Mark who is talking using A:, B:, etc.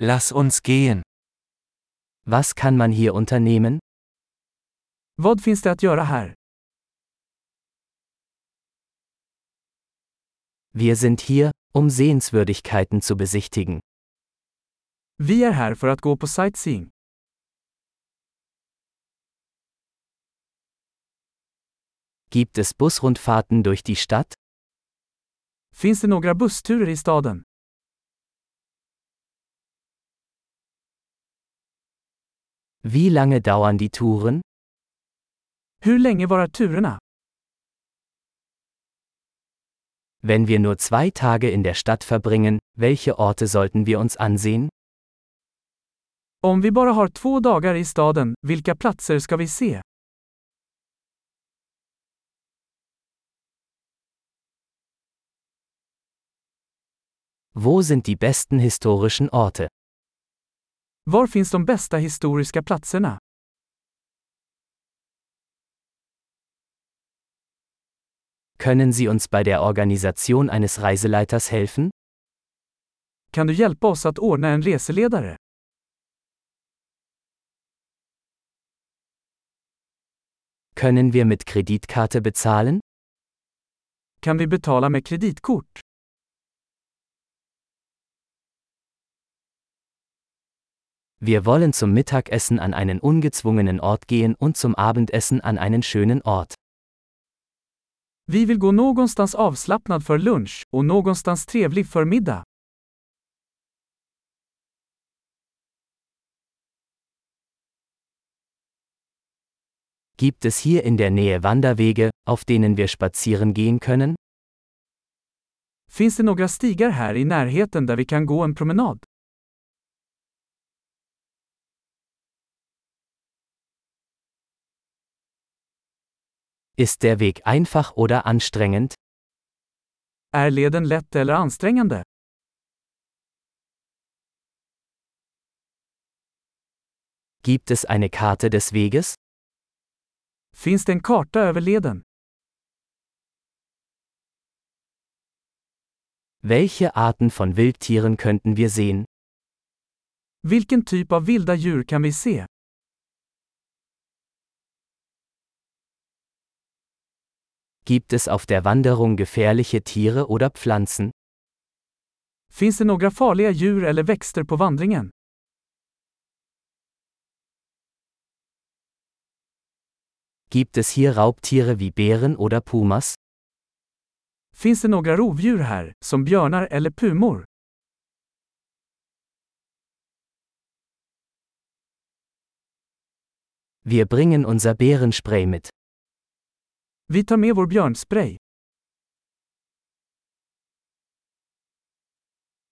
A: Lass uns gehen.
B: Was kann man hier unternehmen?
C: Vad finns det att göra här?
B: Wir sind hier, um Sehenswürdigkeiten zu besichtigen.
C: Vi är här för att gå på sightseeing.
B: Gibt es Busrundfahrten durch die Stadt?
C: Finns det några bussturer i staden?
B: Wie lange dauern die Touren?
C: Hur länge varar turerna?
B: Wenn wir nur zwei Tage in der Stadt verbringen, welche Orte sollten wir uns ansehen?
C: Om vi bara har två dagar i staden, vilka platser ska vi se?
B: Wo sind die besten historischen Orte?
C: Var finns de bästa historiska platserna?
B: Können Sie uns bei der Organisation eines Reiseleiters helfen?
C: Kan du hjälpa oss att ordna en reseledare?
B: Können wir mit Kreditkarte bezahlen?
C: Kan vi betala med kreditkort?
B: Wir wollen zum Mittagessen an einen ungezwungenen Ort gehen und zum Abendessen an einen schönen Ort.
C: Vi vill gå någonstans avslappnad för lunch och någonstans trevlig för middag.
B: Gibt es hier in der Nähe Wanderwege, auf denen wir spazieren gehen können?
C: Finns det några stigar här i närheten där vi kan gå en promenad?
B: Ist der Weg einfach oder anstrengend?
C: Är leden lätt eller ansträngande?
B: Gibt es eine Karte des Weges?
C: Finns det en karta över leden?
B: Welche Arten von Wildtieren könnten wir sehen?
C: Vilken typ av vilda djur kan vi se?
B: Gibt es auf der Wanderung gefährliche Tiere oder Pflanzen?
C: Finns det några farliga djur eller växter på vandringen?
B: Gibt es hier Raubtiere wie Bären oder Pumas?
C: Finns det några rovdjur här, som björnar eller pumor?
B: Wir bringen unser Bärenspray mit.
C: Vi tar med vår björnspray.